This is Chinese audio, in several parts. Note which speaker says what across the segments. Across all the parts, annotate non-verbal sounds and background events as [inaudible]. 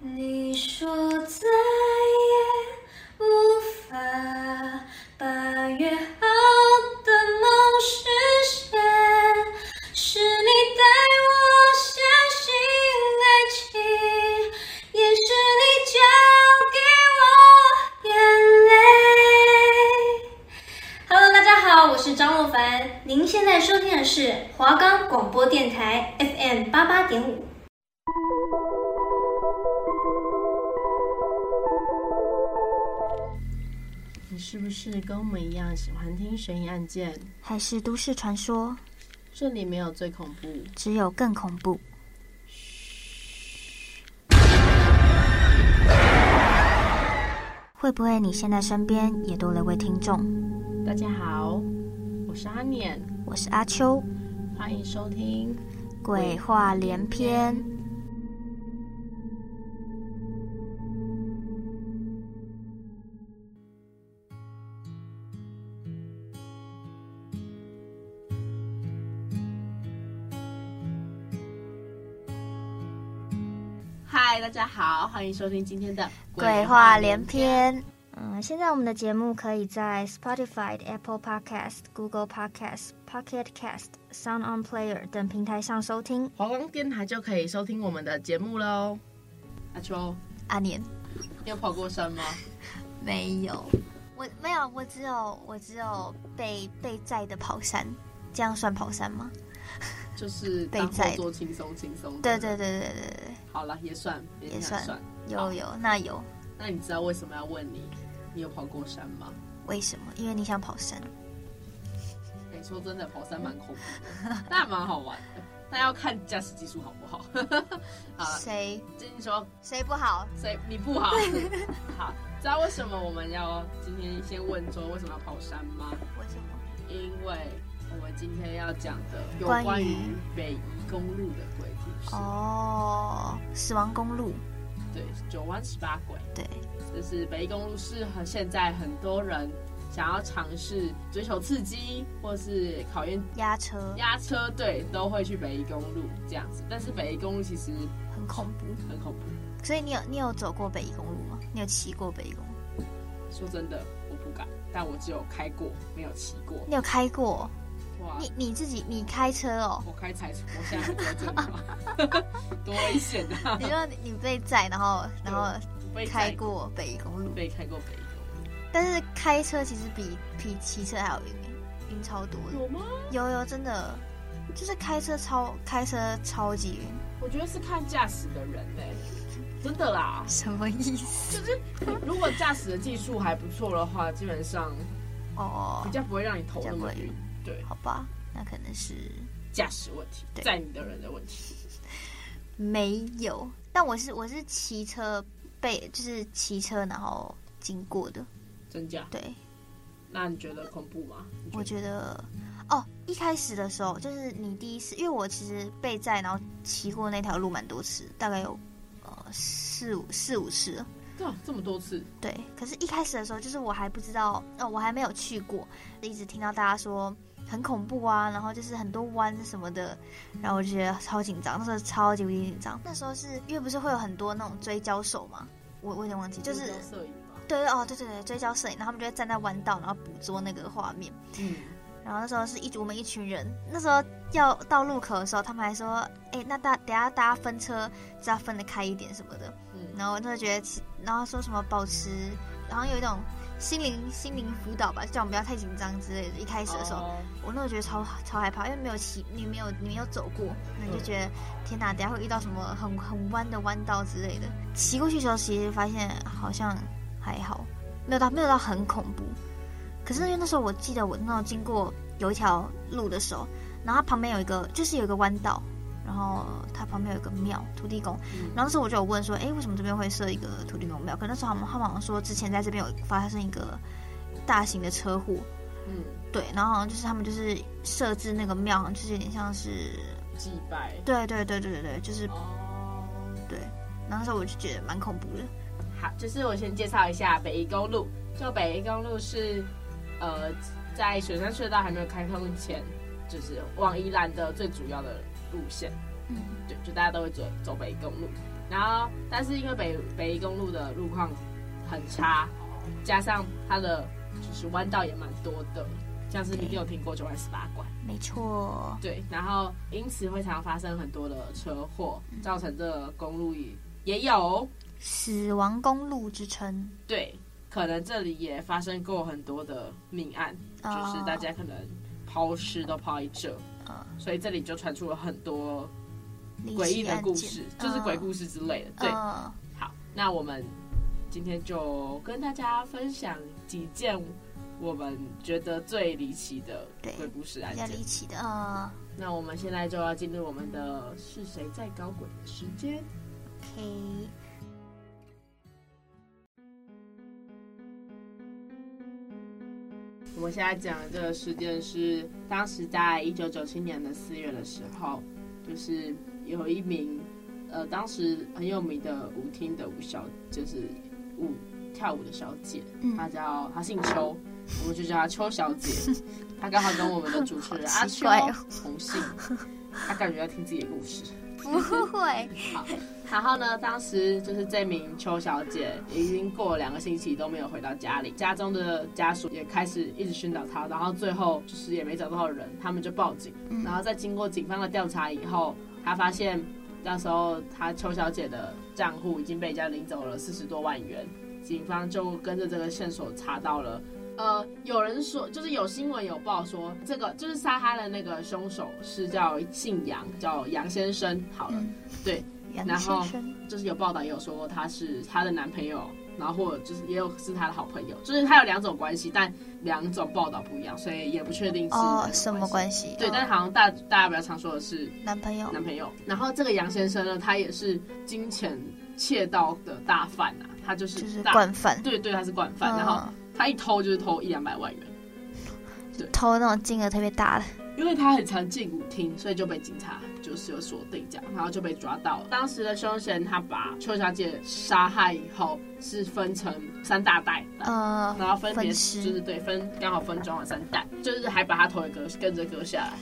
Speaker 1: 你说再也无法把约好的梦实现，是你带我相信爱情，也是你教给我眼泪。Hello，大家好，我是张若凡。您现在收听的是华冈广播电台 FM 八八点五。
Speaker 2: 你是不是跟我们一样喜欢听悬疑案件？
Speaker 3: 还是都市传说，
Speaker 2: 这里没有最恐怖。
Speaker 3: 只有更恐怖。会不会你现在身边也多了位听众？
Speaker 2: 大家好，我是阿念，
Speaker 3: 我是阿秋，
Speaker 2: 欢迎收听。
Speaker 3: 鬼话连篇。
Speaker 2: 嗨，大家好，欢迎收听今天的
Speaker 3: 鬼话连。篇。嗯，现在我们的节目可以在 Spotify、Apple Podcast、Google Podcast、Pocket Cast、Sound On Player 等平台上收听。
Speaker 2: 华冈电台就可以收听我们的节目喽。阿秋，
Speaker 3: 阿年
Speaker 2: 你有跑过山吗？
Speaker 3: 没有，我没有，我只有我只有被被载的跑山，这样算跑山吗？
Speaker 2: 就是当
Speaker 3: 被载
Speaker 2: 做轻松轻松的。
Speaker 3: 对对对对对对，
Speaker 2: 好了，也算，
Speaker 3: 也
Speaker 2: 勉强
Speaker 3: 算
Speaker 2: 算。好
Speaker 3: 有有那有，
Speaker 2: 那你知道为什么要问你，你有跑过山吗？
Speaker 3: 为什么？因为你想跑山。
Speaker 2: 哎、说真的，跑山蛮恐怖的，但蛮好玩的。但要看驾驶技术好不好。 [laughs] 好了，
Speaker 3: 谁
Speaker 2: 今天说
Speaker 3: 谁不好？
Speaker 2: 谁你不好， [laughs] 好，知道为什么我们要今天先问说为什么要跑山吗？
Speaker 3: 为什么？
Speaker 2: 因为我们今天要讲的有
Speaker 3: 关于
Speaker 2: 关于北宜公路的鬼故事，
Speaker 3: 哦，死亡公路，
Speaker 2: 对，九弯十八鬼，
Speaker 3: 对，
Speaker 2: 这是北宜公路是很现在很多人想要尝试追求刺激或是考验
Speaker 3: 压车
Speaker 2: 压车队都会去北宜公路这样子，但是北宜公路其实
Speaker 3: 很恐怖。
Speaker 2: 很恐怖，
Speaker 3: 所以你有你有走过北宜公路吗？你有骑过北宜公路？
Speaker 2: 说真的我不敢，但我只有开过，没有骑过。
Speaker 3: 你有开过？
Speaker 2: 哇，
Speaker 3: 你你自己你开车哦？
Speaker 2: 我开财主，我现在还不会这样， [laughs] 多危险啊！
Speaker 3: 你说你你被载，然后然后
Speaker 2: 被
Speaker 3: 开，过北宜公路，
Speaker 2: 被开过北邮，
Speaker 3: 但是开车其实比比骑车还要晕欸，晕超多的。
Speaker 2: 有吗？
Speaker 3: 有有真的，就是开车超开车超级晕，
Speaker 2: 我觉得是看驾驶的人嘞、真的啦。
Speaker 3: 什么意思？
Speaker 2: 如果驾驶的技术还不错的话，基本上
Speaker 3: 哦
Speaker 2: 比，较不会让你头那么
Speaker 3: 比较不会
Speaker 2: 晕
Speaker 3: 晕。
Speaker 2: 对，
Speaker 3: 好吧，那可能是
Speaker 2: 驾驶问题，
Speaker 3: 对
Speaker 2: 载你的人的问题。
Speaker 3: 没有，但我是我是骑车被就是骑车然后经过的，
Speaker 2: 真假？
Speaker 3: 对，
Speaker 2: 那你觉得恐怖吗？你
Speaker 3: 我觉得，哦，一开始的时候就是你第一次，因为我其实被载，然后骑过那条路蛮多次，大概有呃四五四五次了。
Speaker 2: 对啊，这么多次，
Speaker 3: 对，可是，一开始的时候，就是我还不知道，呃，我还没有去过，一直听到大家说很恐怖啊，然后就是很多弯什么的，然后我就觉得超紧张，那时候超级无敌紧张。那时候是因为不是会有很多那种追焦手嘛，我我有点忘记，就
Speaker 2: 你
Speaker 3: 是
Speaker 2: 有摄影吧。
Speaker 3: 对对哦，对对对，追焦摄影，然后他们就会站在弯道，然后捕捉那个画面。
Speaker 2: 嗯，
Speaker 3: 然后那时候是一组我们一群人，那时候要到路口的时候，他们还说，哎、那大等下大家分车，只要分得开一点什么的。
Speaker 2: 嗯
Speaker 3: 然后我那时候觉得其，然后说什么保持，好像有一种心灵心灵辅导吧，就叫我们不要太紧张之类的。一开始的时候，
Speaker 2: 哦
Speaker 3: 我那时候觉得超超害怕，因为没有骑，你没有你没有走过，那你就觉得、天哪，等下会遇到什么很很弯的弯道之类的。骑过去的时候，其实发现好像还好，没有到没有到很恐怖。可是因为那时候我记得我那时候经过有一条路的时候，然后它旁边有一个就是有一个弯道，然后它旁边有一个庙土地公，
Speaker 2: 嗯
Speaker 3: 然后那时候我就有问说，哎，为什么这边会设一个土地公庙？可那时候他们他们好像说之前在这边有发生一个大型的车祸，
Speaker 2: 嗯，
Speaker 3: 对，然后好像就是他们就是设置那个庙，好像就是有点像是，
Speaker 2: 祭拜。
Speaker 3: 对对对对对对，就是
Speaker 2: 哦。
Speaker 3: 对。然后那时候我就觉得蛮恐怖的，
Speaker 2: 好，就是我先介绍一下北宜公路。就北宜公路是，呃，在雪山隧道还没有开通前，就是往宜兰的最主要的路线。
Speaker 3: 嗯，
Speaker 2: 对，就大家都会走走北宜公路。然后但是因为北北宜公路的路况很差，加上它的就是弯道也蛮多的，像是你一定有听过九弯十八拐，
Speaker 3: 没错，
Speaker 2: 对，然后因此会常常发生很多的车祸，造成这个公路也也有
Speaker 3: 死亡公路之称。
Speaker 2: 对，可能这里也发生过很多的命案，就是大家可能抛尸都抛一这，
Speaker 3: 嗯
Speaker 2: 所以这里就传出了很多
Speaker 3: 离
Speaker 2: 诡
Speaker 3: 奇
Speaker 2: 异的
Speaker 3: 案
Speaker 2: 故
Speaker 3: 件
Speaker 2: 事，就是鬼故事之类的。对，
Speaker 3: 嗯
Speaker 2: 好，那我们今天就跟大家分享几件我们觉得最离奇的
Speaker 3: 对
Speaker 2: 鬼故事案
Speaker 3: 比较
Speaker 2: 件
Speaker 3: 离。奇的，嗯
Speaker 2: 那我们现在就要进入我们的是谁在搞鬼的时间。
Speaker 3: ，OK。
Speaker 2: 我们现在讲的这个事件是当时在一九九七年的四月的时候，就是有一名呃当时很有名的舞厅的舞小，就是舞跳舞的小姐，
Speaker 3: 嗯
Speaker 2: 她叫她姓邱，我们就叫她邱小姐。她刚好跟我们的主持人
Speaker 3: [laughs] 好
Speaker 2: 阿
Speaker 3: 奇
Speaker 2: 邱
Speaker 3: 怪哦
Speaker 2: 同姓，她感觉要听自己的故事。
Speaker 3: 不会，
Speaker 2: [laughs] 然后呢，当时就是这名邱小姐已经过了两个星期都没有回到家里，家中的家属也开始一直寻找她，然后最后就是也没找到人，他们就报警。然后在经过警方的调查以后，他发现那时候她邱小姐的账户已经被人家领走了四十多万元，警方就跟着这个线索查到了。呃，有人说，就是有新闻有报说，这个就是杀她的那个凶手是叫姓杨，叫杨先生。好了，
Speaker 3: 嗯
Speaker 2: 对，
Speaker 3: 杨
Speaker 2: 然后
Speaker 3: 先生，
Speaker 2: 就是有报道也有说过她是她的男朋友，然后或者就是也有是她的好朋友，就是她有两种关系，但两种报道不一样，所以也不确定是哪，
Speaker 3: 哦
Speaker 2: 种
Speaker 3: 什么
Speaker 2: 关系。
Speaker 3: 关系？
Speaker 2: 对，
Speaker 3: 哦
Speaker 2: 但是好像大大家比较常说的是
Speaker 3: 男朋友，
Speaker 2: 男朋友。然后这个杨先生呢，他也是金钱窃盗的大犯啊，他就
Speaker 3: 就是是
Speaker 2: 大
Speaker 3: 惯嗯犯，
Speaker 2: 对对，他是惯犯，然后他一偷就是偷一两百万元，
Speaker 3: 嗯偷那种金额特别大的，
Speaker 2: 因为他很常进舞厅，所以就被警察就是有锁定这样，然后就被抓到了。当时的凶嫌他把邱小姐杀害以后是分成三大袋，
Speaker 3: 呃，
Speaker 2: 然后分别
Speaker 3: 分尸
Speaker 2: 就是对分刚好分装了三袋，就是还把他头也割跟着割下来，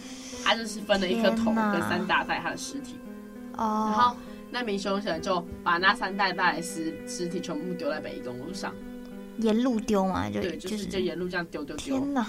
Speaker 2: 他就是分了一颗头
Speaker 3: 天哪
Speaker 2: 跟三大袋他的尸体。然
Speaker 3: 哦
Speaker 2: 后，那名凶手就把那三袋袋的尸尸体全部丢在北宜公路上，
Speaker 3: 沿路丢嘛，就
Speaker 2: 对，就是就沿路这样丢丢丢。
Speaker 3: 天哪，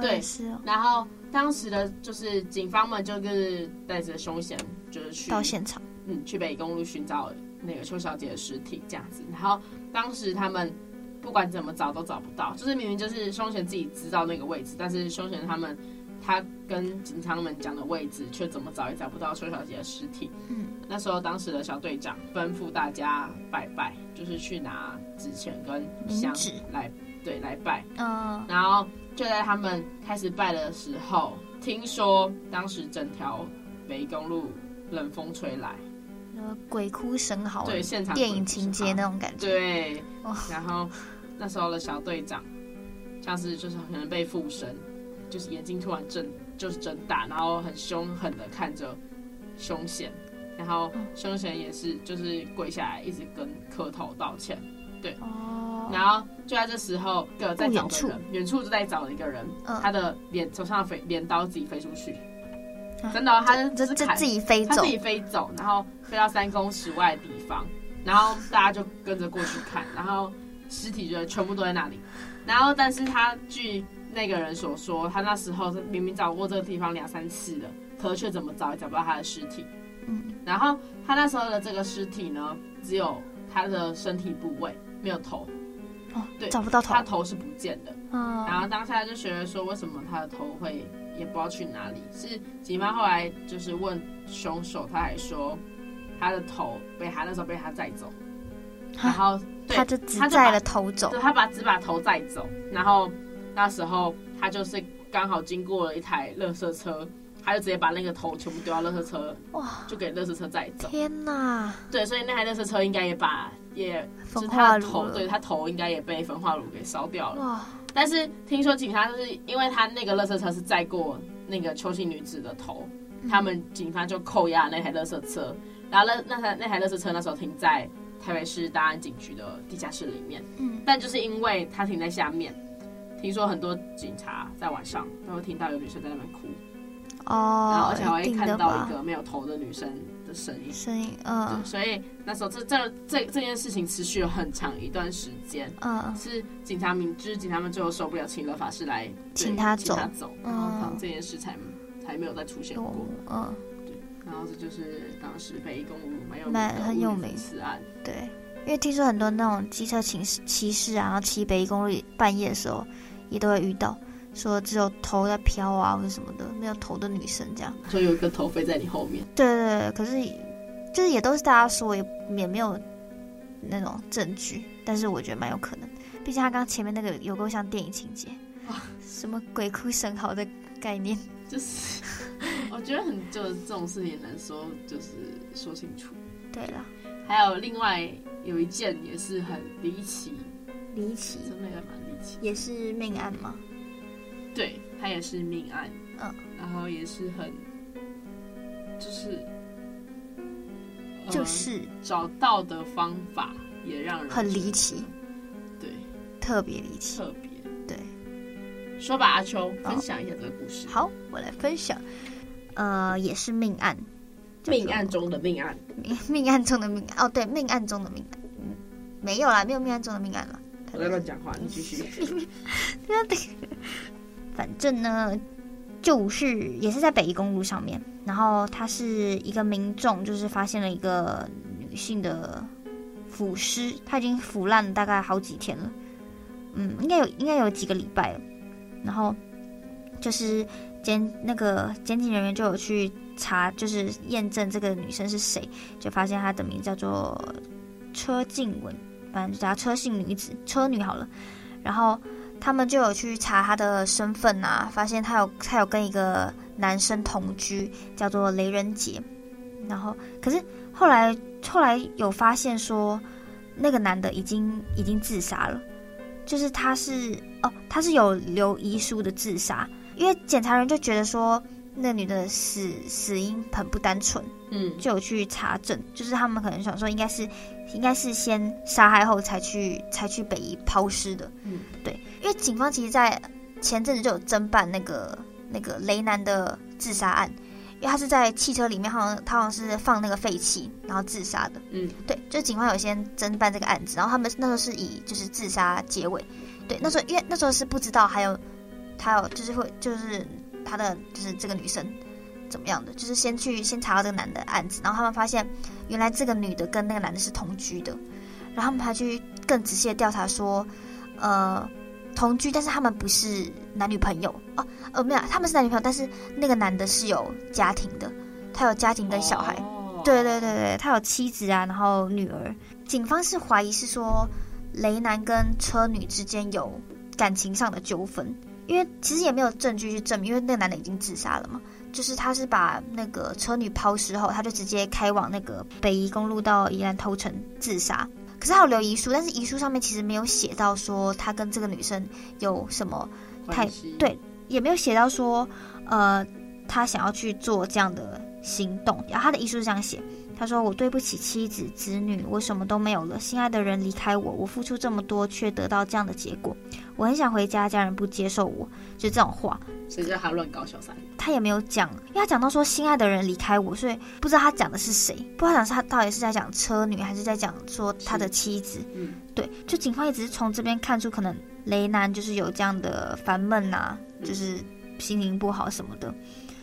Speaker 2: 对
Speaker 3: 好有事哦
Speaker 2: 然后当时的就是警方们就是带着凶嫌，就是去
Speaker 3: 到现场，
Speaker 2: 嗯去北宜公路寻找那个邱小姐的尸体这样子。然后当时他们不管怎么找都找不到，就是明明就是凶嫌自己知道那个位置，但是凶嫌他们他跟警察们讲的位置，却怎么找也找不到邱小姐的尸体。
Speaker 3: 嗯，
Speaker 2: 那时候当时的小队长吩咐大家拜拜，就是去拿纸钱跟香
Speaker 3: 冥纸
Speaker 2: 来对来拜。
Speaker 3: 嗯，
Speaker 2: 然后就在他们开始拜的时候，听说当时整条北宜公路冷风吹来，
Speaker 3: 呃鬼哭神嚎，
Speaker 2: 对现场
Speaker 3: 电影情节那
Speaker 2: 呢，
Speaker 3: 种感觉，
Speaker 2: 对
Speaker 3: 哦，
Speaker 2: 然后那时候的小队长，像是就是可能被附身，就是眼睛突然睁就是睁大，然后很凶狠的看着凶险，然后凶险也是就是跪下来一直跟磕头道歉，
Speaker 3: 哦，
Speaker 2: 然后就在这时候，一个在找
Speaker 3: 不
Speaker 2: 的
Speaker 3: 远
Speaker 2: 人，远处就在找的一个人，
Speaker 3: 嗯
Speaker 2: 他的脸手上的飞镰刀自己飞出去，
Speaker 3: 啊
Speaker 2: 真的哦、他
Speaker 3: 这
Speaker 2: 是
Speaker 3: 这
Speaker 2: 砍
Speaker 3: 自己飞
Speaker 2: 他
Speaker 3: 走
Speaker 2: 自，己飞走，然后飞到三公尺外的地方，然后大家就跟着过去看，然后尸体就全部都在那里，然后但是他据那个人所说，他那时候是明明找过这个地方两三次了，可是却怎么找也找不到他的尸体。
Speaker 3: 嗯，
Speaker 2: 然后他那时候的这个尸体呢，只有他的身体部位，没有头，
Speaker 3: 哦
Speaker 2: 对，
Speaker 3: 找不到头
Speaker 2: 他，头是不见的。然
Speaker 3: 嗯，
Speaker 2: 后当下就觉得说，为什么他的头会也不知道去哪里？是警方后来就是问凶手，他还说他的头被他那时候被他载走，然后对
Speaker 3: 他就只
Speaker 2: 他就
Speaker 3: 在
Speaker 2: 把
Speaker 3: 了头走
Speaker 2: 对，他把只把头载走，然后那时候他就是刚好经过了一台垃圾车，他就直接把那个头全部丢到垃圾车，
Speaker 3: 哇，
Speaker 2: 就给垃圾车载走。
Speaker 3: 天哪，
Speaker 2: 对，所以那台垃圾车应该也把也就
Speaker 3: 焚
Speaker 2: 是他
Speaker 3: 化
Speaker 2: 的
Speaker 3: 炉
Speaker 2: 头，对
Speaker 3: 了，
Speaker 2: 他头应该也被焚化炉给烧掉了。
Speaker 3: 哇，
Speaker 2: 但是听说警察就是因为他那个垃圾车是载过那个邱姓女子的头，
Speaker 3: 嗯
Speaker 2: 他们警方就扣押那台垃圾车，然后那那台那台垃圾车那时候停在台北市大安警局的地下室里面，
Speaker 3: 嗯
Speaker 2: 但就是因为他停在下面，听说很多警察在晚上都会听到有女生在那边哭，然后
Speaker 3: 哦
Speaker 2: 而且还，会
Speaker 3: 一定的
Speaker 2: 看到一
Speaker 3: 吧，
Speaker 2: 个没有头的女生的的声音。
Speaker 3: 声音，嗯
Speaker 2: 对，所以那时候这这这这件事情持续了很长一段时间，
Speaker 3: 嗯，
Speaker 2: 是警察明知警察们最后受不了，请了法师来
Speaker 3: 请他
Speaker 2: 请他
Speaker 3: 走
Speaker 2: 走，
Speaker 3: 嗯
Speaker 2: 然后好像这件事才才没有再出现
Speaker 3: 有
Speaker 2: 过。，
Speaker 3: 嗯，
Speaker 2: 然后这就是当时北一公路蛮有名
Speaker 3: 蛮
Speaker 2: 的
Speaker 3: 很有名
Speaker 2: 此案，
Speaker 3: 对，因为听说很多那种机车骑士骑士啊，然后骑北宜公路半夜的时候，也都会遇到，说只有头在飘啊或者什么的，没有头的女生这样。
Speaker 2: 就有一个头飞在你后面，
Speaker 3: 对对对，可是就是也都是大家说，也也没有那种证据，但是我觉得蛮有可能，毕竟他刚前面那个有够像电影情节，
Speaker 2: 哇
Speaker 3: 什么鬼哭神嚎的概 [laughs] 念。
Speaker 2: 就是 [laughs] 我觉得很就这种事情很难说，就是说清楚。
Speaker 3: 对了，
Speaker 2: 还有另外有一件也是很离奇，
Speaker 3: 离奇
Speaker 2: 真的也蛮离奇的。
Speaker 3: 也是命案吗？
Speaker 2: 对，它也是命案，
Speaker 3: 嗯，
Speaker 2: 然后也是很，就是，呃
Speaker 3: 就是
Speaker 2: 找到的方法也让人
Speaker 3: 很离奇，
Speaker 2: 对，
Speaker 3: 特别离奇。
Speaker 2: 特别
Speaker 3: 对。
Speaker 2: 说吧，阿秋，
Speaker 3: 好
Speaker 2: 分享一下这个故事。
Speaker 3: 好，我来分享，呃，也是命案，叫
Speaker 2: 命案
Speaker 3: 做
Speaker 2: 中的命案，
Speaker 3: 命 [laughs] 命案中的命案，哦，对，命案中的命案，嗯，没有啦，没有命案中的命案了。
Speaker 2: 我在乱讲话，你继续。
Speaker 3: 反正呢，就是也是在北宜公路上面，然后他是一个民众，就是发现了一个女性的腐尸，她已经腐烂了大概好几天了，嗯，应该有应该有几个礼拜了。然后就是监那个监警人员就有去查，就是验证这个女生是谁，就发现她的名字叫做车静雯，反正就叫她车姓女子，车女好了。然后他们就有去查她的身份啊，发现她有她有跟一个男生同居，叫做雷仁杰。然后可是后来后来有发现说，那个男的已经已经自杀了，就是他是哦，他是有留遗书的自杀，因为检察人就觉得说。那女的死死因很不单纯，
Speaker 2: 嗯，
Speaker 3: 就有去查证，就是他们可能想说应该是应该是先杀害后才去才去北宜抛尸的，
Speaker 2: 嗯，
Speaker 3: 对，因为警方其实，在前阵子就有侦办那个那个雷男的自杀案，因为他是在汽车里面，好像他好像是放那个废气然后自杀的，
Speaker 2: 嗯，
Speaker 3: 对，就警方有先侦办这个案子，然后他们那时候是以就是自杀结尾，对，那时候因为那时候是不知道还有还有就是会就是他的就是这个女生怎么样的，就是先去先查到这个男的案子，然后他们发现原来这个女的跟那个男的是同居的，然后他们还去更仔细的调查说，呃，同居，但是他们不是男女朋友哦，呃，没有，他们是男女朋友，但是那个男的是有家庭的，他有家庭跟小孩。
Speaker 2: 哦
Speaker 3: 对对对对，他有妻子啊，然后女儿。警方是怀疑是说雷男跟车女之间有感情上的纠纷，因为其实也没有证据去证明，因为那个男的已经自杀了嘛。就是他是把那个车女抛尸后，他就直接开往那个北宜公路到宜兰头城自杀。可是他有留遗书，但是遗书上面其实没有写到说他跟这个女生有什么太
Speaker 2: 关系
Speaker 3: 对也没有写到说，呃，他想要去做这样的行动。然后他的遗书是这样写，他说：“我对不起妻子、子女，我什么都没有了，心爱的人离开我，我付出这么多，却得到这样的结果。我很想回家，家人不接受我，就这种话。”
Speaker 2: 谁叫他乱搞小三？
Speaker 3: 他也没有讲，因为他讲到说心爱的人离开我，所以不知道他讲的是谁，不知道他讲是他到底是在讲车女，还是在讲说他的妻子。
Speaker 2: 嗯，
Speaker 3: 对，就警方也只是从这边看出，可能雷男就是有这样的烦闷呐，
Speaker 2: 嗯
Speaker 3: 就是心情不好什么的。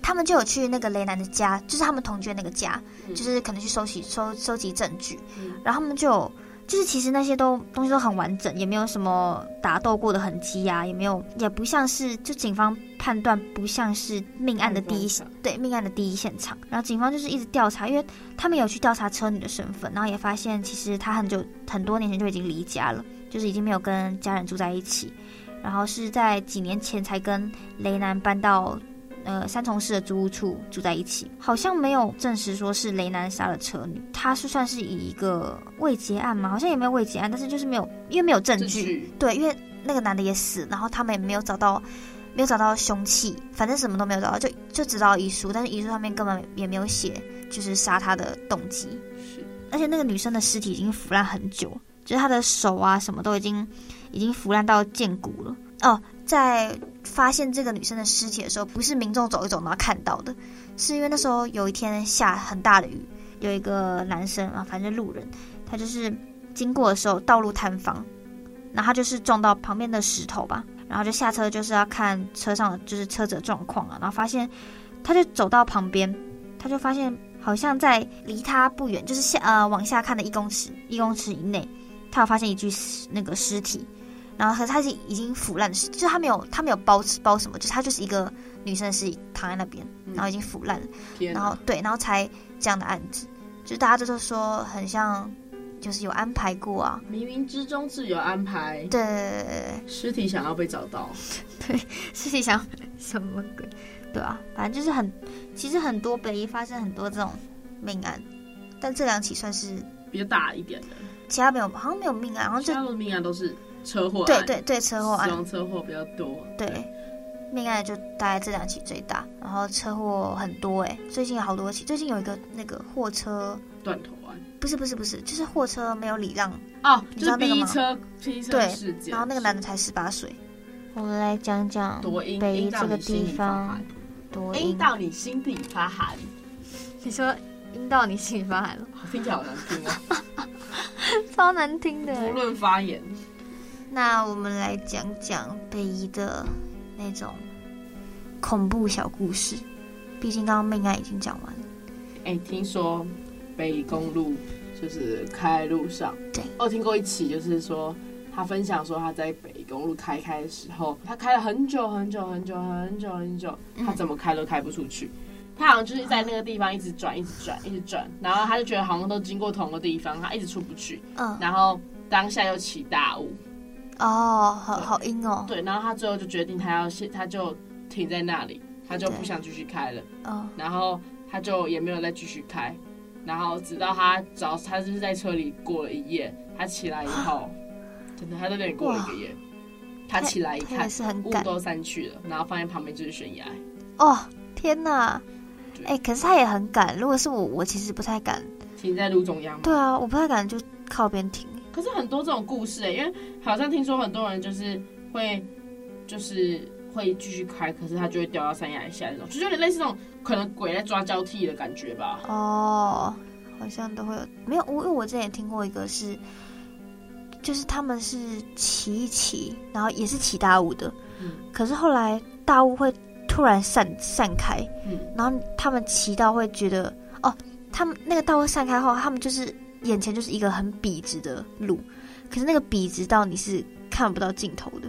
Speaker 3: 他们就有去那个雷男的家，就是他们同居的那个家，
Speaker 2: 嗯
Speaker 3: 就是可能去收集收收集证据，
Speaker 2: 嗯
Speaker 3: 然后他们就有就是其实那些都东西都很完整，也没有什么打斗过的痕迹呀、啊也没有，也不像是就警方判断不像是命案的第一
Speaker 2: 嗯嗯嗯
Speaker 3: 对命案的第一现场。然后警方就是一直调查，因为他们有去调查车女的身份，然后也发现其实她很久很多年前就已经离家了，就是已经没有跟家人住在一起，然后是在几年前才跟雷男搬到。呃，三重市的租屋处住在一起，好像没有证实说是雷男杀了车女，他是算是以一个未结案嘛，好像也没有未结案，但是就是没有，因为没有证
Speaker 2: 证
Speaker 3: 据，
Speaker 2: 据
Speaker 3: 对，因为那个男的也死，然后他们也没有找到，没有找到凶器，反正什么都没有找到，就就只找到遗书，但是遗书上面根本也没有写就是杀他的动机，
Speaker 2: 是
Speaker 3: 而且那个女生的尸体已经腐烂很久，就是她的手啊什么都已经已经腐烂到见骨了。哦，在发现这个女生的尸体的时候，不是民众走一走然后看到的，是因为那时候有一天下很大的雨，有一个男生啊，反正路人，他就是经过的时候道路塌方，然后他就是撞到旁边的石头吧，然后就下车就是要看车上的就是车子的状况啊，然后发现他就走到旁边，他就发现好像在离他不远，就是下呃往下看的一公尺一公尺以内，他有发现一具尸那个尸体。然后可是他是已经腐烂的尸，就是他没有他没有包包什么，就是他就是一个女生的尸体躺在那边，
Speaker 2: 嗯
Speaker 3: 然后已经腐烂了。
Speaker 2: 天
Speaker 3: 然后
Speaker 2: 哪，
Speaker 3: 对，然后才这样的案子，就大家都是说很像，就是有安排过啊。
Speaker 2: 冥冥之中自有安排，
Speaker 3: 对对对对
Speaker 2: 尸体想要被找到，
Speaker 3: 对，是你想什么鬼？对啊，反正就是很，其实很多北一发生很多这种命案，但这两起算是
Speaker 2: 比较大一点的，
Speaker 3: 其他没有，好像没有命案，然后
Speaker 2: 其
Speaker 3: 就
Speaker 2: 他的命案都是车祸案，
Speaker 3: 对对对车啊祸案啊
Speaker 2: 死，亡车祸比较多，
Speaker 3: 对，命案就大概这两起最大，然后车祸很多哎、最近有好多起，最近有一个那个货车，
Speaker 2: 断头案。
Speaker 3: 不是不是不是，就是货车没有礼让
Speaker 2: 哦，就
Speaker 3: 你知道
Speaker 2: 是
Speaker 3: 那个
Speaker 2: B
Speaker 3: 吗
Speaker 2: 车 P 车
Speaker 3: 对
Speaker 2: 事件，
Speaker 3: 然后那个男的才十八岁。我们来讲讲
Speaker 2: 多阴
Speaker 3: 北
Speaker 2: 阴
Speaker 3: 这
Speaker 2: 到
Speaker 3: 个
Speaker 2: 你心
Speaker 3: 地
Speaker 2: 里发
Speaker 3: 方
Speaker 2: 寒，
Speaker 3: 多
Speaker 2: 阴
Speaker 3: 阴。
Speaker 2: 到你心底发寒，
Speaker 3: 你说阴道你心里发寒了，
Speaker 2: 听起来好难听
Speaker 3: [laughs]
Speaker 2: 哦。
Speaker 3: 超难听的。
Speaker 2: 无论发言，
Speaker 3: 那我们来讲讲北一的那种恐怖小故事，毕竟刚刚命案已经讲完了。
Speaker 2: 哎，听说北宜公路就是开路上，
Speaker 3: 对
Speaker 2: 我有听过一起，就是说他分享说他在北宜公路开开的时候，他开了很久很久很久很久很久，
Speaker 3: 嗯
Speaker 2: 他怎么开都开不出去。他好像就是在那个地方一直转，一直转，一直转，然后他就觉得好像都经过同个地方，他一直出不去，
Speaker 3: 嗯，
Speaker 2: 然后当下又起大雾，
Speaker 3: 哦，好好阴哦。
Speaker 2: 对，然后他最后就决定他要先，他就停在那里，他就不
Speaker 3: 对
Speaker 2: 想继续开了，
Speaker 3: 嗯，
Speaker 2: 然后他就也没有再继续开，然后直到他早，他就是在车里过了一夜，他起来以后，真的他在那里过了一个夜，他
Speaker 3: 太
Speaker 2: 起来一
Speaker 3: 他也
Speaker 2: 看，
Speaker 3: 是很
Speaker 2: 雾
Speaker 3: 敢
Speaker 2: 都散去了，然后发现旁边就是悬崖，
Speaker 3: 哦。天哪，
Speaker 2: 对
Speaker 3: 哎、可是他也很敢。如果是我，我其实不太敢。
Speaker 2: 停在路中央嘛。
Speaker 3: 对啊，我不太敢就靠边停。
Speaker 2: 可是很多这种故事、欸，因为好像听说很多人就是会，就是会继续开，可是他就会掉到山崖下那种，就有点类似那种可能鬼在抓交替的感觉吧。
Speaker 3: 哦，好像都会有，没有，我因为我之前也听过一个是，就是他们是骑一骑，然后也是骑大雾的，
Speaker 2: 嗯
Speaker 3: 可是后来大雾会突然散散开，
Speaker 2: 嗯
Speaker 3: 然后他们骑到会觉得，哦，他们那个大雾散开后，他们就是眼前就是一个很笔直的路，可是那个笔直到你是看不到尽头的，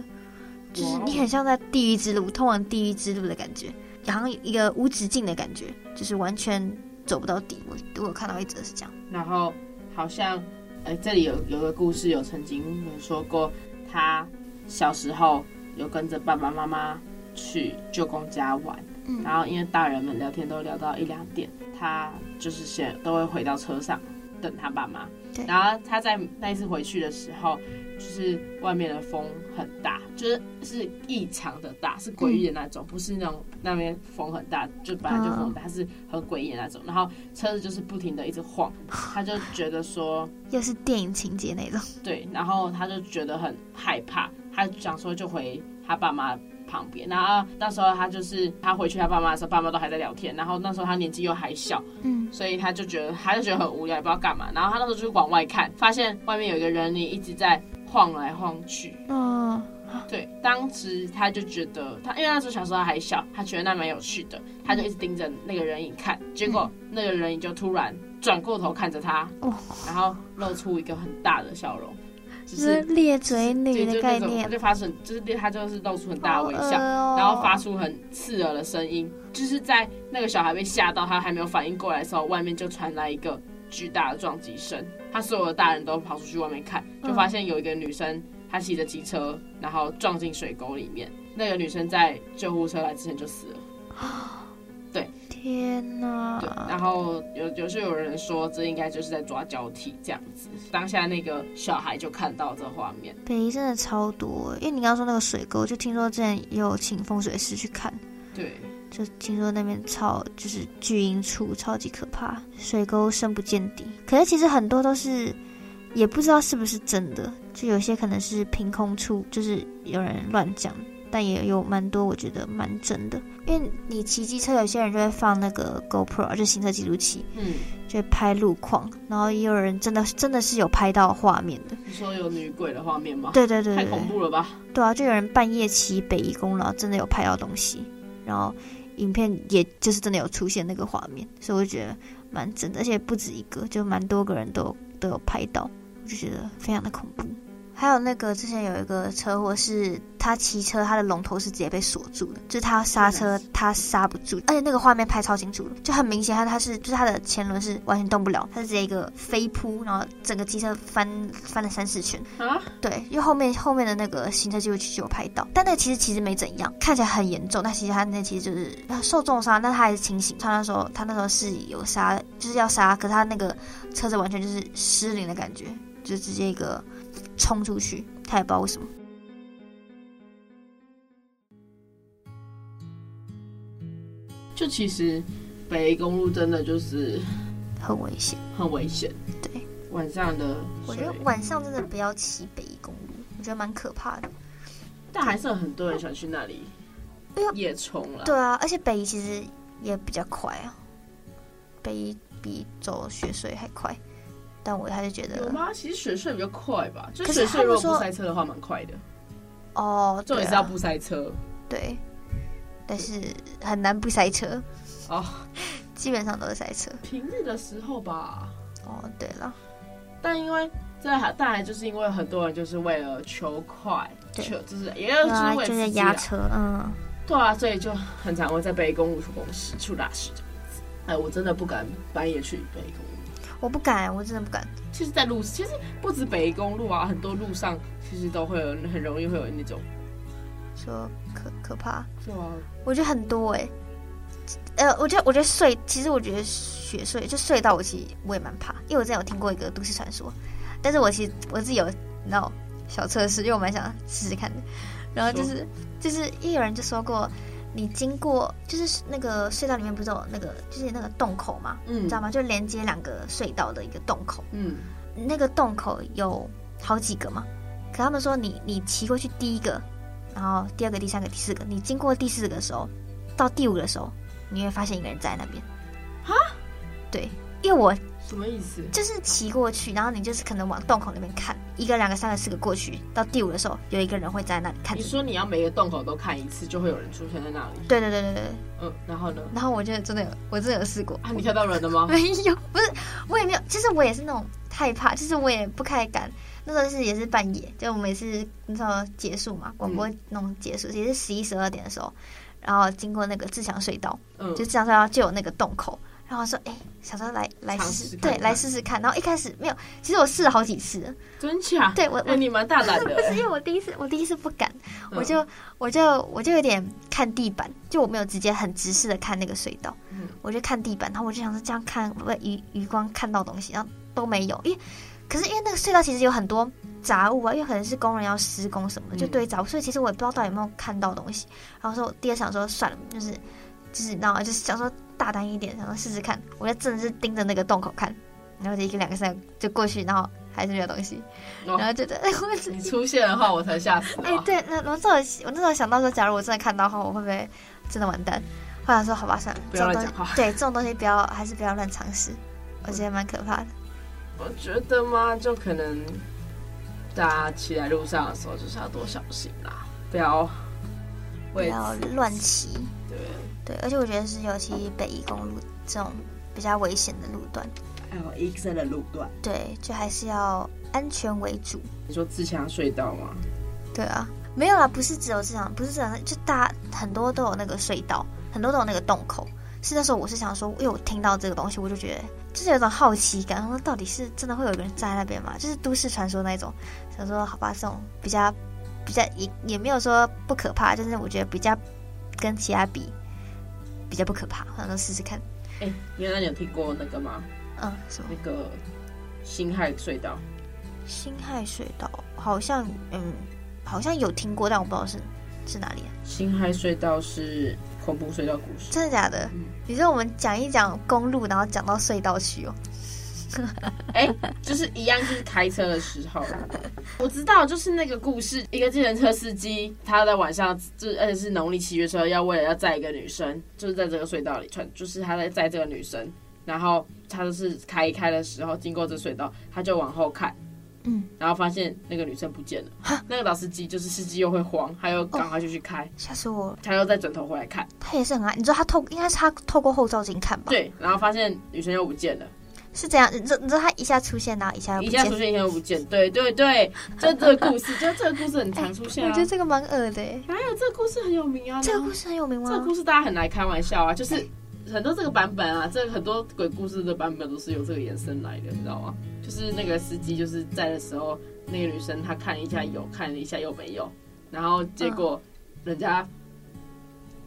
Speaker 3: 就是你很像在地狱之路，通往地狱之路的感觉，好像一个无止境的感觉，就是完全走不到底。我我有看到一则是这样，
Speaker 2: 然后好像，哎、这里有有个故事，有曾经有说过，他小时候有跟着爸爸妈妈去舅公家玩，
Speaker 3: 嗯
Speaker 2: 然后因为大人们聊天都聊到一两点，他就是先都会回到车上等他爸妈
Speaker 3: 对。
Speaker 2: 然后他在那一次回去的时候，就是外面的风很大，就是是异常的大，是诡异的那种，不是那种那边风很大，就本来就风很大，
Speaker 3: 嗯
Speaker 2: 它是很诡异的那种。然后车子就是不停的一直晃，他就觉得说。
Speaker 3: 又是电影情节那种，
Speaker 2: 对，然后他就觉得很害怕，他想说就回他爸妈旁边。然后那时候他就是他回去他爸妈的时候，爸妈都还在聊天。然后那时候他年纪又还小，
Speaker 3: 嗯，
Speaker 2: 所以他就觉得他就觉得很无聊，也不知道干嘛。然后他那时候就往外看，发现外面有一个人影一直在晃来晃去。
Speaker 3: 哦，
Speaker 2: 对，当时他就觉得他，因为那时候小时候还小，他觉得那蛮有趣的，他就一直盯着那个人影看。结果那个人影就突然转过头看着他，
Speaker 3: 嗯哦
Speaker 2: 然后露出一个很大的笑容，就
Speaker 3: 就是是裂嘴
Speaker 2: 对，就
Speaker 3: 女的
Speaker 2: 是
Speaker 3: 概
Speaker 2: 那种，他
Speaker 3: 念，哦
Speaker 2: 就发出很就是他就是露出很大的微笑，然
Speaker 3: 然
Speaker 2: 后发出很刺耳的声音，就是在那个小孩被吓到，他还没有反应过来的时候，外面就传来一个巨大的撞击声，他所有的大人都跑出去外面看，就发现有一个女生，她骑着机车，然后撞进水沟里面，那个女生在救护车来之前就死了。
Speaker 3: 天哪
Speaker 2: 对，，然后有就是有人说这应该就是在抓交替这样子，当下那个小孩就看到这画面，
Speaker 3: 北宜真的超多，因为你刚刚说那个水沟，就听说之前也有请风水师去看。
Speaker 2: 对。
Speaker 3: 就听说那边超就是巨阴处超级可怕，水沟深不见底。可是其实很多都是也不知道是不是真的，就有些可能是凭空处，就是有人乱讲，但也有蛮多我觉得蛮真的，因为你骑机车，有些人就会放那个 GoPro，就行车记录器，
Speaker 2: 嗯，
Speaker 3: 就会拍路况，然后也有人真的真的是有拍到画面的，
Speaker 2: 你说有女鬼的画面吗？
Speaker 3: 对对对
Speaker 2: 太
Speaker 3: 对对
Speaker 2: 恐，怖了吧！
Speaker 3: 对啊，就有人半夜骑北宜公路，然后真的有拍到东西，然后影片也就是真的有出现那个画面，所以我就觉得蛮真的，而且不止一个，就蛮多个人都有都有拍到，我就觉得非常的恐怖。还有那个之前有一个车祸是，他骑车他的龙头是直接被锁住的，就是他刹车他刹不住，而且那个画面拍超清楚了，就很明显他他是就是他的前轮是完全动不了，他是直接一个飞扑，然后整个机车翻翻了三四圈，
Speaker 2: 啊，
Speaker 3: 对，因为后面后面的那个行车记录器就有拍到，但那个其实其实没怎样，看起来很严重，但其实他那其实就是呃受重伤，但他还是清醒。他那时候他那时候是有刹，就是要刹，可是他那个车子完全就是失灵的感觉，就直接一个冲出去，他也不知道为什么。
Speaker 2: 就其实北宜公路真的就是
Speaker 3: 很危险，
Speaker 2: 很危险。
Speaker 3: 对，
Speaker 2: 晚上的
Speaker 3: 我
Speaker 2: 水，
Speaker 3: 觉得晚上真的不要骑北宜公路，我觉得蛮可怕的。
Speaker 2: 但还是有很多人喜欢去那里
Speaker 3: 哎呦
Speaker 2: 夜冲了。
Speaker 3: 对啊，而且北宜其实也比较快啊，北宜比走雪水还快，但我还是觉
Speaker 2: 有
Speaker 3: 得
Speaker 2: 吗？其实雪隧比较快吧，就
Speaker 3: 可是
Speaker 2: 雪
Speaker 3: 他
Speaker 2: 隧
Speaker 3: 们
Speaker 2: 如果不
Speaker 3: 说啊
Speaker 2: 塞车的话，蛮快的。
Speaker 3: 哦，
Speaker 2: 重
Speaker 3: 对
Speaker 2: 点是
Speaker 3: 啊
Speaker 2: 要不塞车
Speaker 3: 对，但是很难不塞车，
Speaker 2: 哦。
Speaker 3: 基本上都是塞车。
Speaker 2: 平日的时候吧，
Speaker 3: 哦，对了，
Speaker 2: 但因为这还当然就是因为很多人就是为了求快，
Speaker 3: 对
Speaker 2: 求就是也有就
Speaker 3: 啊
Speaker 2: 是，为了
Speaker 3: 就
Speaker 2: 刺
Speaker 3: 是
Speaker 2: 激
Speaker 3: 压
Speaker 2: 啊，
Speaker 3: 车，嗯，
Speaker 2: 对啊，所以就很常会在北宜公路出公事出大事这样子。哎，我真的不敢半夜去北宜公路。
Speaker 3: 我不敢，我真的不敢。
Speaker 2: 其实，在路其实不止北宜公路啊，很多路上其实都会有很容易会有那种，
Speaker 3: 说可可怕，
Speaker 2: 对啊，
Speaker 3: 我觉得很多哎、呃，我觉得我觉得隧，其实我觉得雪隧就隧道，我其实我也蛮怕，因为我之前有听过一个都市传说，但是我其实我自己有你知道小测试，因为我蛮想试试看的。然后就是就是，也有人就说过，你经过就是那个隧道里面不是有那个就是那个洞口嘛，你
Speaker 2: 嗯
Speaker 3: 知道吗？就连接两个隧道的一个洞口，
Speaker 2: 嗯，
Speaker 3: 那个洞口有好几个嘛。可他们说你你骑过去第一个，然后第二个、第三个、第四个，你经过第四个的时候，到第五个的时候，你会发现一个人站在那边。
Speaker 2: 哈？
Speaker 3: 对，因为我
Speaker 2: 什么意思？
Speaker 3: 就是骑过去，然后你就是可能往洞口那边看，一个、两个、三个、四个过去，到第五的时候，有一个人会站在那里看
Speaker 2: 你
Speaker 3: 着你。
Speaker 2: 说你要每个洞口都看一次，就会有人出现在那里。
Speaker 3: 对对对对对，对
Speaker 2: 嗯，然后呢？
Speaker 3: 然后我就真的有，我真的有试过，
Speaker 2: 啊，你看到人了吗？
Speaker 3: 没有，不是，我 [laughs] 也没有，其实我也是那种害怕，其实我也不太敢。那时候是也是半夜，就我们也是那时候结束嘛，广播那种结束，也是十一十二点的时候，然后经过那个自强隧道，
Speaker 2: 嗯
Speaker 3: 就，自强隧道就有那个洞口，然后说哎、想说来来
Speaker 2: 尝
Speaker 3: 试，
Speaker 2: 试
Speaker 3: 试，
Speaker 2: 看
Speaker 3: 对，
Speaker 2: 看
Speaker 3: 来试试看。然后一开始没有，其实我试了好几次了，
Speaker 2: [laughs] 真假？
Speaker 3: 对我
Speaker 2: 哎，
Speaker 3: 我
Speaker 2: 你蛮大胆的。
Speaker 3: 不是因为我第一次，我第一次不敢，
Speaker 2: 嗯
Speaker 3: 我就我就我就有点看地板，就我没有直接很直视的看那个隧道，
Speaker 2: 嗯
Speaker 3: 我就看地板，然后我就想说这样看，我余余光看到东西，然后都没有，因为可是因为那个隧道其实有很多杂物啊，因为可能是工人要施工什么的，
Speaker 2: 嗯
Speaker 3: 就堆杂物，所以其实我也不知道到底有没有看到东西。然后说我第二想说算了，就是就是你知道吗？就是想说大胆一点，想说试试看，我就真的是盯着那个洞口看，然后就一个两个三个就过去，然后还是没有东西，
Speaker 2: 哦
Speaker 3: [laughs] 然后觉得我
Speaker 2: 你出现的话，我才吓死啊。
Speaker 3: 哎、对，那我那时候我那时候想到说，假如我真的看到的话，我会不会真的完蛋？后来说好吧，算了，
Speaker 2: 不
Speaker 3: 这
Speaker 2: 要
Speaker 3: 种
Speaker 2: 乱
Speaker 3: 东西
Speaker 2: 讲话
Speaker 3: 对这种东西不要，还是不要乱尝试，我觉得蛮可怕的。
Speaker 2: 我觉得嘛，就可能大家骑在路上的时候，就是要多小心啦，不要
Speaker 3: 不
Speaker 2: 为
Speaker 3: 要乱骑，
Speaker 2: 对。
Speaker 3: 对，而且我觉得是尤其北宜公路这种比较危险的路段，
Speaker 2: 还有 X 的路段，
Speaker 3: 对，就还是要安全为主。
Speaker 2: 你说自强隧道吗？
Speaker 3: 对啊，没有啦，不是只有这样，不是这样，就大家很多都有那个隧道，很多都有那个洞口。是那时候我是想说，因为我听到这个东西，我就觉得就是有一种好奇感，说到底是真的会有一个人站在那边吗？就是都市传说那一种，想说好吧，这种比较比较也也没有说不可怕，但是我觉得比较跟其他比比较不可怕，想说试试看，
Speaker 2: 哎、原来你有听过那个吗？
Speaker 3: 嗯，什么
Speaker 2: 那个辛亥隧道，
Speaker 3: 辛亥隧道，好像嗯好像有听过，但我不知道是是哪里、啊。
Speaker 2: 辛亥隧道是恐怖隧道故事。
Speaker 3: 真的假的？
Speaker 2: 嗯
Speaker 3: 你说我们讲一讲公路，然后讲到隧道去哦？
Speaker 2: 哎、就是一样，就是开车的时候，我知道，就是那个故事，一个计程车司机，他在晚上，就是而且是农历七月的时候，要为了要载一个女生，就是在这个隧道里穿，就是他在载这个女生，然后他就是开一开的时候，经过这隧道，他就往后看，
Speaker 3: 嗯，
Speaker 2: 然后发现那个女生不见了，那个老司机就是司机又会慌，他又赶快就去开，
Speaker 3: 吓死我了！
Speaker 2: 他又再转头回来看，
Speaker 3: 他也是很爱，你知道他透，应该是他透过后照镜看吧？，
Speaker 2: 对，然后发现女生又不见了，
Speaker 3: 是这样。你知你知道他一下出现，然后一下又
Speaker 2: 一
Speaker 3: 啊不
Speaker 2: 下
Speaker 3: 见
Speaker 2: 出。现，一下又不见，对对对，就这个故事，就这个故事很常出现
Speaker 3: 哎我
Speaker 2: 啊
Speaker 3: 觉，得这个蛮恶的诶，
Speaker 2: 哪有这个故事很有名啊？
Speaker 3: 这个
Speaker 2: 然后
Speaker 3: 故事很有名吗？
Speaker 2: 这个故事大家很来开玩笑啊，就是很多这个版本啊，这个很多鬼故事的版本都是由这个延伸来的，你知道吗？就是那个司机就是在的时候，那个女生她看一下有，看了一下又没有，然后结果
Speaker 3: 嗯
Speaker 2: 人家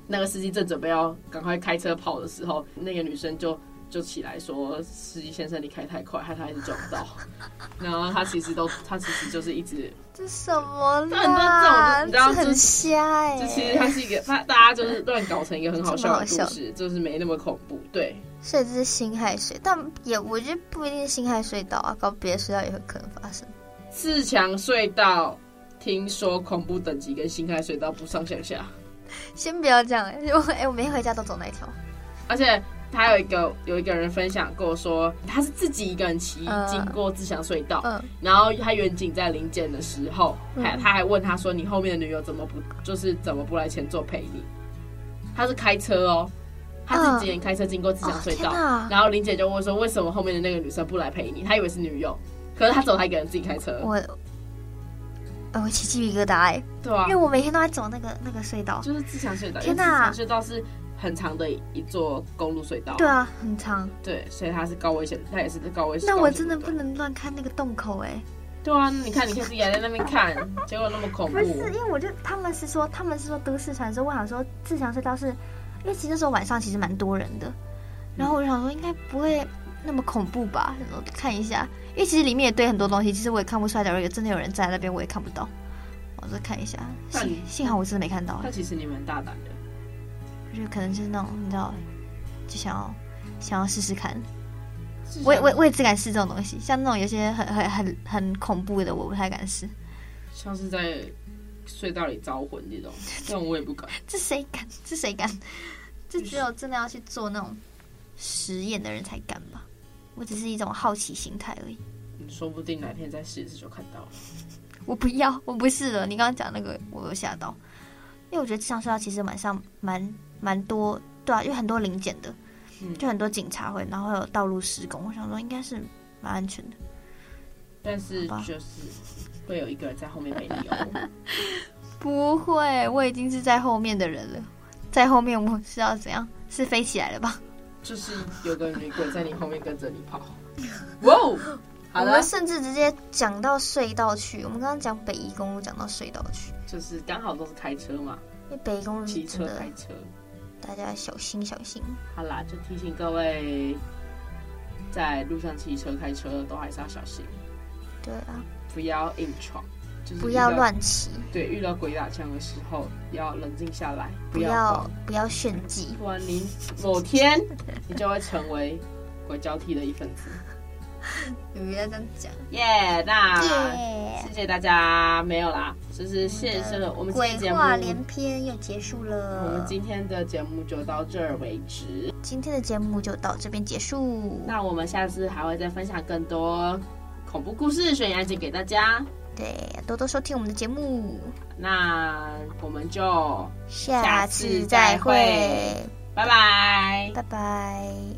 Speaker 2: 那个司机正准备要赶快开车跑的时候，那个女生就。就起来说：“司机先生，你开太快，害他一直撞到。”
Speaker 3: [laughs]
Speaker 2: 然后他其实都，他其实就是一直
Speaker 3: 这什么
Speaker 2: 那
Speaker 3: 啦？
Speaker 2: 你知道
Speaker 3: 这
Speaker 2: 就
Speaker 3: 很瞎哎、
Speaker 2: 就其实它是一个，它大家就是乱搞成一个很好笑的
Speaker 3: 这么
Speaker 2: 故
Speaker 3: 好
Speaker 2: 事，就是没那么恐怖。对，
Speaker 3: 所以这是辛亥隧，但也我觉得不一定是辛亥隧道啊，搞别的隧道也会可能发生。
Speaker 2: 自强隧道听说恐怖等级跟辛亥隧道不上下下，
Speaker 3: 先不要这样哎、我哎、我每天回家都走那一条，
Speaker 2: 而且他有一个有一个人分享过说，他是自己一个人骑
Speaker 3: 嗯
Speaker 2: 经过自强隧道，
Speaker 3: 嗯，
Speaker 2: 然后他远景在临检的时候，
Speaker 3: 嗯
Speaker 2: 还他还问他说：“你后面的女友怎么不就是怎么不来前座陪你？”他是开车哦，他自己人开车经过自强隧道，
Speaker 3: 哦天哪
Speaker 2: 然后林姐就问说：“为什么后面的那个女生不来陪你？”他以为是女友，可是他走，他一个人自己开车，
Speaker 3: 我哎、我起鸡皮疙瘩哎、
Speaker 2: 对嗯啊
Speaker 3: 因为，我每天都在走那个那个隧道，
Speaker 2: 就是自强隧道，因为
Speaker 3: 天
Speaker 2: 自
Speaker 3: 哪
Speaker 2: 强隧道是很长的一座公路隧道，
Speaker 3: 对啊，很长。
Speaker 2: 对，所以它是高危险，它也是高危险。
Speaker 3: 那我真的不
Speaker 2: 高危险路
Speaker 3: 能乱看那个洞口哎、
Speaker 2: 段对啊，那你看，你可以自己还在那边看，
Speaker 3: [laughs]
Speaker 2: 结果那么恐怖，
Speaker 3: 不是，因为我就他们是说他们是说都市传说，我想说自强隧道是，因为其实那时候晚上其实蛮多人的，然后我就想说应该不会那么恐怖吧，然后看一下，因为其实里面也堆很多东西，其实我也看不出来，假如有真的有人站在那边，我也看不到，我就看一下，
Speaker 2: 那你
Speaker 3: 幸幸好我真的没看到，
Speaker 2: 那其实你蛮大胆的。
Speaker 3: 我觉得可能就是那种你知道，就想要想要试试看，
Speaker 2: 自强
Speaker 3: 我也我也我也只敢试这种东西，像那种有些很很很很恐怖的，我不太敢试，
Speaker 2: 像是在隧道里招魂
Speaker 3: [laughs]
Speaker 2: 这种，这种我也不敢。
Speaker 3: 这谁 [laughs] 敢？这谁敢？这只有真的要去做那种实验的人才敢吧？我只是一种好奇心态而已。
Speaker 2: 你说不定哪天再试一次就看到了。
Speaker 3: 我不要， [laughs] 我不是了。你刚刚讲那个，我有吓到，因为我觉得智商隧道其实晚上蛮蛮多，对啊，因为很多临检的
Speaker 2: 嗯，
Speaker 3: 就很多警察会，然后还有道路施工。我想说应该是蛮安全的。
Speaker 2: 但是
Speaker 3: 好吧
Speaker 2: 就是会有一个人在后面陪你哦。
Speaker 3: 不会，我已经是在后面的人了，在后面我是要怎样？是飞起来了吧？
Speaker 2: 就是有个女鬼在你后面跟着你
Speaker 3: [laughs]
Speaker 2: 跑。哇哦！好
Speaker 3: 我
Speaker 2: 了
Speaker 3: 们，甚至直接讲到隧道去。我们刚刚讲北宜公路，讲到隧道去，
Speaker 2: 就是刚好都是开车嘛，
Speaker 3: 因为北宜公路
Speaker 2: 骑
Speaker 3: 嗯真
Speaker 2: 车
Speaker 3: 的
Speaker 2: 开车。
Speaker 3: 大家小心小心。
Speaker 2: 好啦，就提醒各位，在路上骑车、开车都还是要小心，
Speaker 3: 对啊，
Speaker 2: 不要硬闯，就是
Speaker 3: 不
Speaker 2: 遇
Speaker 3: 要
Speaker 2: 到。
Speaker 3: 乱骑，
Speaker 2: 对，遇到鬼打墙的时候要冷静下来，
Speaker 3: 不
Speaker 2: 要
Speaker 3: 要不要炫技。
Speaker 2: 不然你某天你就会成为鬼交替的一份
Speaker 3: [laughs]
Speaker 2: 子。
Speaker 3: 有人要这样讲，
Speaker 2: 耶、那
Speaker 3: 耶！
Speaker 2: 谢谢大家，没有啦，就是谢谢了我们今天
Speaker 3: 嗯鬼
Speaker 2: 节
Speaker 3: 话连
Speaker 2: 目。
Speaker 3: 篇又结束
Speaker 2: 我们
Speaker 3: 了，
Speaker 2: 今天的节目就到这儿为止，
Speaker 3: 今天的节目就到这边结束。
Speaker 2: 那我们下次还会再分享更多恐怖故事、悬疑案件给大家。
Speaker 3: 对，多多收听我们的节目，
Speaker 2: 那我们就
Speaker 3: 下
Speaker 2: 下次
Speaker 3: 次
Speaker 2: 再
Speaker 3: 再
Speaker 2: 会
Speaker 3: 会，
Speaker 2: 拜拜。
Speaker 3: 拜拜。